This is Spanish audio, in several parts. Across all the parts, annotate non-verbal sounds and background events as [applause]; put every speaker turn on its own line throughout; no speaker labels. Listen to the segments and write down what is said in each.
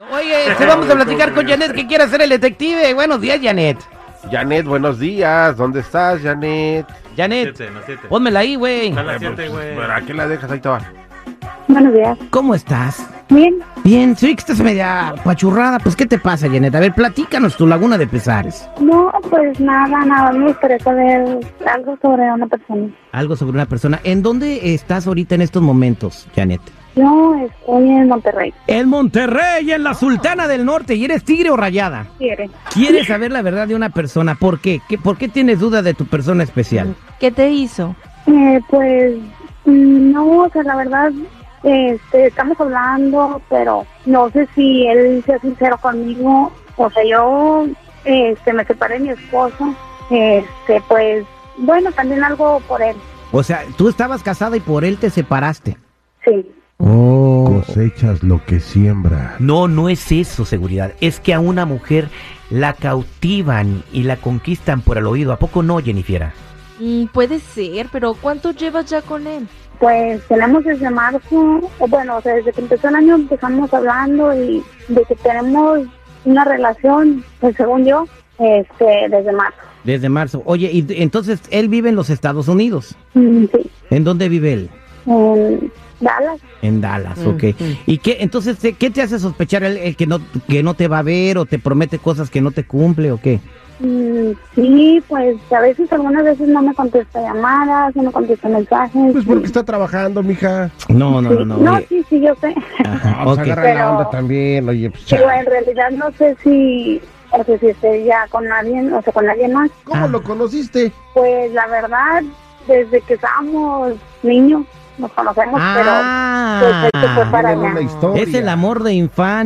regresé, vamos a platicar con Janet que quiere ser el detective. Buenos días, Janet.
Janet, buenos días. ¿Dónde estás, Janet?
Janet,
Siete, las siete.
pónmela ahí, güey.
Está las
Eh, pues,
siete, güey.
¿Para qué la dejas ahí, te va?
Buenos días.
¿Cómo estás?
Bien,
Bien, sí, que estás media pachurrada. Pues, ¿qué te pasa, Janet? A ver, platícanos tu laguna de pesares.
no, pues nada, nada, me gustaría saber algo sobre una persona.
Algo sobre una persona. ¿En dónde estás ahorita en estos momentos, Janet?
Yo estoy en Monterrey.
En Monterrey, en la Sultana del Norte. ¿Y eres tigre o rayada?
¿Quiere?
¿Quieres saber la verdad de una persona? ¿Por qué? ¿Qué- ¿Por qué tienes duda de tu persona especial?
¿Qué te hizo?
Eh, pues mm, no, o sea, la verdad, este, estamos hablando, pero no sé si él sea sincero conmigo. O sea, yo este, me separé de mi esposo. Este, pues bueno, también algo por él.
O sea, tú estabas casada y por él te separaste.
Sí,
Oh.
Cosechas lo que siembra.
No, no es eso, seguridad. Es que a una mujer la cautivan y la conquistan por el oído. ¿A poco no, Jennifer?
Mm, puede ser, pero ¿cuánto llevas ya con él?
pues tenemos desde marzo, o bueno, o sea, desde que empezó el año empezamos hablando y de que tenemos una relación, pues según yo, este, desde marzo.
Desde marzo. Oye, y d- entonces él vive en los Estados Unidos.
Mm, Sí,
¿En dónde vive él?
en Dallas.
En Dallas,
Mm,
ok.
mm.
¿Y qué, entonces, eh, qué te hace sospechar el, el que, no, que no te va a ver o te promete cosas que no te cumple o qué?
Mm, Sí, pues a veces, algunas veces no me contesta llamadas, no me contesta mensajes. Mm,
Pues porque está trabajando, mija.
No, no,
Sí.
no, no.
No,
oye.
sí, sí, yo sé.
Ajá,
Ah, pues
ok.
agarra
Pero-
la onda también, oye, pues
[laughs] Pero
chale.
en realidad no sé si, o sea, si estoy ya con alguien, o sea, con alguien más.
¿Cómo
Ah.
lo conociste?
Pues la verdad, desde que estábamos niños, nos conocemos,
Ah,
pues, esto fue para-
Tienen
no.
una historia.
es el amor de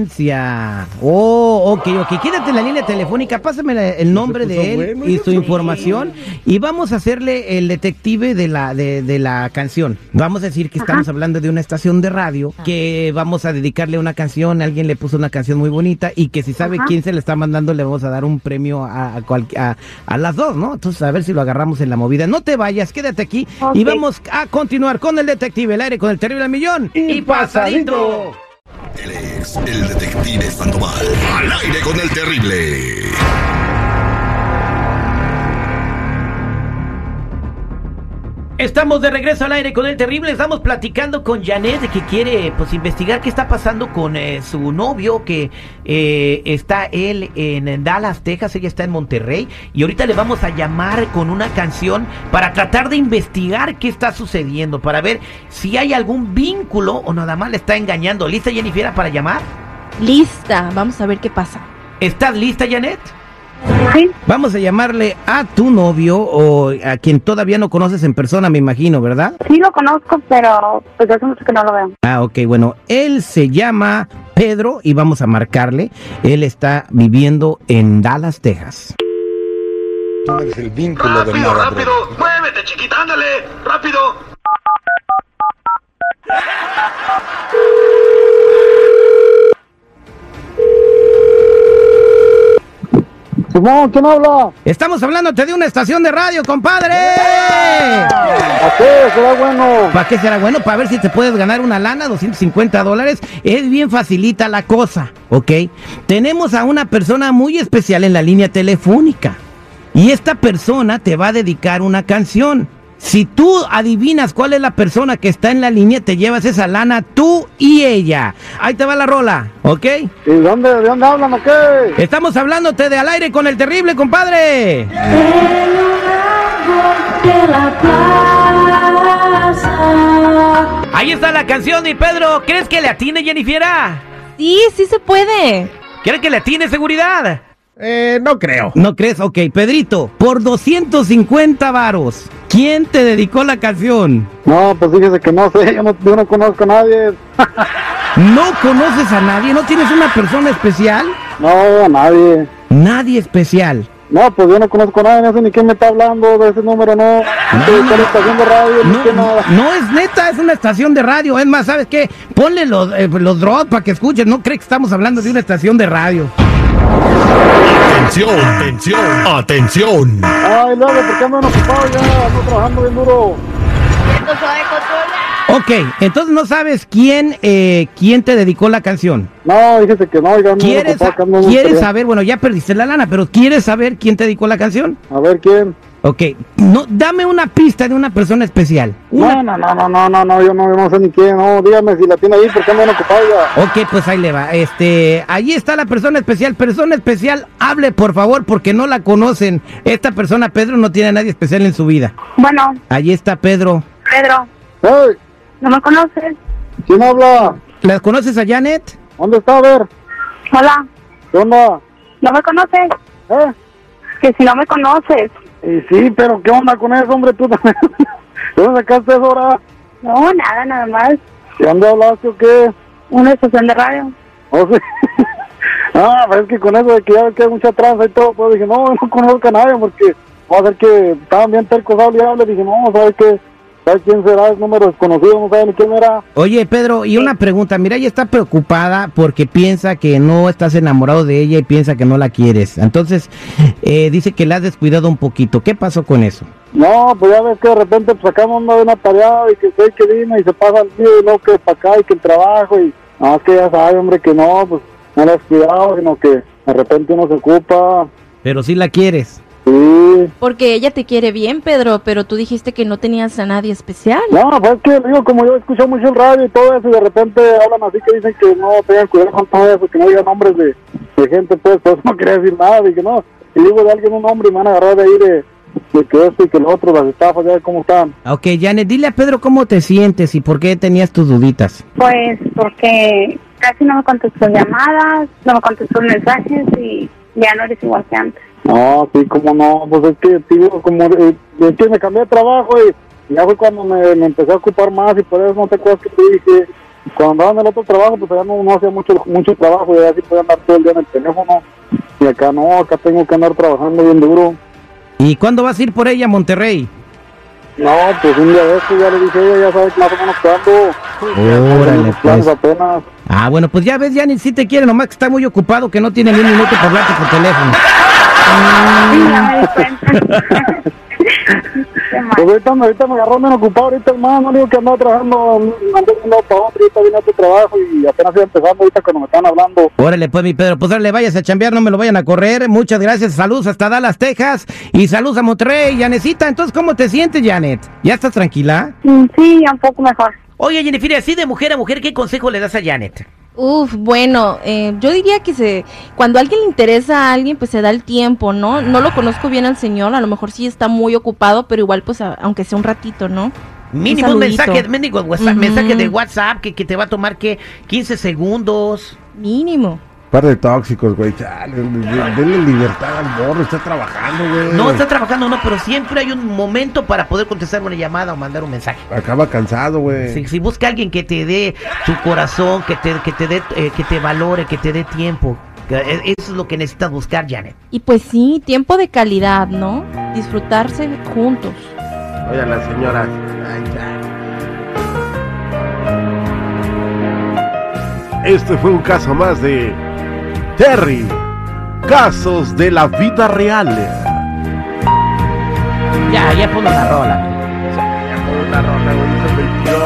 infancia. Oh, ok, ok. Quédate en la línea telefónica, pásame la- el nombre
puso
de él
bueno,
y
ya
su
se-
información. Y vamos a hacerle el detective de la, de, de la canción. Vamos a decir que estamos hablando de una estación de radio,
Ah.
que vamos a dedicarle una canción, alguien le puso una canción muy bonita y que si sabe
Ajá.
quién se le está mandando le vamos a dar un premio a, a cual- a- a las dos, ¿no? Entonces a ver si lo agarramos en la movida. No te vayas, quédate aquí y
Ok.
vamos a continuar con el detective, el aire con el terrible al millón
Y pasadito.
Él es el detective Sandoval. Al aire con el terrible.
Estamos de regreso al aire con el terrible. Estamos platicando con Janet de que quiere pues investigar qué está pasando con eh, su novio que eh, está él en Dallas, Texas, ella está en Monterrey y ahorita le vamos a llamar con una canción para tratar de investigar qué está sucediendo, para ver si hay algún vínculo o nada más le está engañando. ¿Lista Jennifer para llamar?
Lista, vamos a ver qué pasa.
¿Estás lista Janet?
pero sí,
Vamos a llamarle a tu novio o a quien todavía no conoces en persona, me imagino, ¿verdad?
sí lo conozco, pero pues hace mucho que no lo veo.
Ah, ok, bueno, él se llama Pedro y vamos a marcarle. Él está viviendo en Dallas, Texas.
Es el vínculo del
Rápido,
amor.
rápido, muévete, chiquita, ándale, rápido.
Simón, ¿quién habla?
Estamos hablándote de una estación de radio, compadre.
¿A qué? ¿Será bueno?
¿Para qué será bueno? Para ver si te puedes ganar una lana, 250 dólares. Es bien facilita la cosa, ¿ok? Tenemos a una persona muy especial en la línea telefónica. Y esta persona te va a dedicar una canción. Si tú adivinas cuál es la persona que está en la línea, te llevas esa lana tú y ella. Ahí te va la rola, ¿ok?
¿Y dónde, de dónde hablan o qué?
Estamos hablándote de al aire con el terrible, compadre. Ahí está la canción y Pedro, ¿crees que le atine, Jennifiera?
Sí, sí se puede.
¿Crees que le atine seguridad?
Eh, no creo.
¿No crees? Ok, Pedrito, por 250 varos, ¿quién te dedicó la canción?
No, pues fíjese que no sé, yo no, yo no conozco a nadie.
¿No conoces a nadie? ¿No tienes una persona especial?
No, a nadie.
Nadie especial.
No, pues yo no conozco a nadie, no sé ni quién me está hablando de ese número, no. No sé cuál estación de radio, ni
No,
qué
no,
nada.
no es neta, es una estación de radio. Es más, ¿sabes qué? Ponle los, eh, los drops para que escuchen. No cree que estamos hablando de una estación de radio.
Atención, atención, atención.
Ay, luego, ¿por qué andan ocupados ya? Ando trabajando bien duro.
Ok, entonces no sabes quién, eh, quién te dedicó la canción.
No, fíjese que no, oiga, no,
¿Quieres,
papá, acá no me
¿quieres
gustaría.
saber? Bueno, ya perdiste la lana, pero ¿quieres saber quién te dedicó la canción?
A ver quién.
Ok, no, dame una pista de una persona especial.
No,
Una-
no, no, no, no, no, no, yo no, yo no sé ni quién, no, dígame si la tiene ahí, porque me han ocupado ya.
Ok, pues ahí le va. Este, ahí está la persona especial. Persona especial, hable por favor, porque no la conocen. Esta persona, Pedro, no tiene a nadie especial en su vida.
Bueno,
Ahí está Pedro.
Pedro,
¡Ey!
¿no me conoces?
¿Quién habla?
¿Las conoces a Janet?
¿Dónde está? A ver,
Hola,
¿qué onda?
¿no me conoces?
¿Eh?
Que si no me conoces.
Y sí, pero ¿qué onda con eso, hombre? Tú también. [laughs] ¿De dónde sacaste eso ahora?
No, nada, nada más.
¿De dónde hablaste o qué?
Una estación de radio.
No sé. [laughs] ah, pues es que con eso de que ya ves que hay mucha tranza y todo, pues dije, no, no conozco a nadie porque va a ser que estaban bien tercos hablando. Dije, no, ¿sabes qué? ¿Sabes quién será? Es número desconocido, no sabe ni quién era.
Oye, Pedro, y una pregunta. Mira, ella está preocupada porque piensa que no estás enamorado de ella y piensa que no la quieres. Entonces, eh, dice que la has descuidado un poquito. ¿Qué pasó con eso?
No, pues ya ves que de repente pues, sacamos una de una tarea y que usted que vino y se pasa el tío y luego que para acá y que el trabajo y no, es que ya sabe, hombre, que no, pues no lo has cuidado, sino que de repente uno se ocupa.
Pero sí la quieres.
Sí.
Porque ella te quiere bien, Pedro, pero tú dijiste que no tenías a nadie especial.
No, pues es que digo, como yo escucho mucho el radio y todo eso y de repente hablan así que dicen que no tengan cuidado con todo eso, que no digan nombres de, de gente, pues, pues no [laughs] quería decir nada, dije no, y digo de alguien un nombre y me van a agarrar de ahí de, de que esto y que lo otro, las estafas, ya ves cómo están.
Ah, Ok, Janet, dile a Pedro cómo te sientes y por qué tenías tus duditas.
Pues porque casi no me contestó llamadas, no me contestó mensajes y ya no eres igual que antes.
No, sí, como no, pues es que, digo, como, eh, es que me cambié de trabajo y ya fue cuando me, me empecé a ocupar más y por eso no te acuerdas que te dije, cuando andaba en el otro trabajo, pues allá no, no hacía mucho, mucho trabajo y así podía andar todo el día en el teléfono y acá no, acá tengo que andar trabajando bien duro.
¿Y cuándo vas a ir por ella a Monterrey?
No, pues un día de esto ya le dije, ella ya sabe más o menos cuándo.
Órale,
Los planes
pues.
apenas.
Ah, bueno, pues ya ves, Janet, sí te quiere, nomás que está muy ocupado, que no tiene ni un minuto para hablarte por teléfono.
Sí, ya me di
[laughs]
cuenta. [laughs] Qué mal.
Pues ahorita, me- ahorita me agarró bien ocupado, ahorita hermano, no digo que andaba trabajando, andé de un lado para otro, ahorita vine a otro trabajo y apenas iba empezando ahorita cuando me estaban hablando.
Órale, pues mi Pedro, pues le vayas a chambear, no me lo vayan a correr. Muchas gracias, saludos hasta Dallas, Texas y saludos a Monterrey. Janecita, entonces, ¿cómo te sientes, Janet? ¿Ya estás tranquila?
Mm, Sí, ya un poco mejor.
Oye, Jennifer, así de mujer a mujer, ¿qué consejo le das a Janet?
Uf, bueno, eh, yo diría que se, cuando a alguien le interesa a alguien, pues se da el tiempo, ¿no? No lo conozco bien al señor, a lo mejor sí está muy ocupado, pero igual, pues, a- aunque sea un ratito, ¿no?
Mínimo
Un
un
saludito.
mensaje, mendigo WhatsApp,
Ujú.
mensaje de WhatsApp que, que te va a tomar que 15 segundos.
Mínimo.
Par de tóxicos, güey. Chale, de- Denle libertad al morro, está trabajando, güey.
No está trabajando, no, pero siempre hay un momento para poder contestar una llamada o mandar un mensaje.
Acaba cansado, güey.
Si, si busca alguien que te dé su corazón, que te, que te dé, eh, que te valore, que te dé tiempo. que, eh, Eso es lo que necesitas buscar, Janet.
Y pues sí, tiempo de calidad, ¿no? Disfrutarse juntos.
Oye, a las señoras. Ay, ya. Este fue un caso más de Terry. Casos de la vida real.
Ya, ya pongo la rola.
Ya, por una ronda, güey, son 22.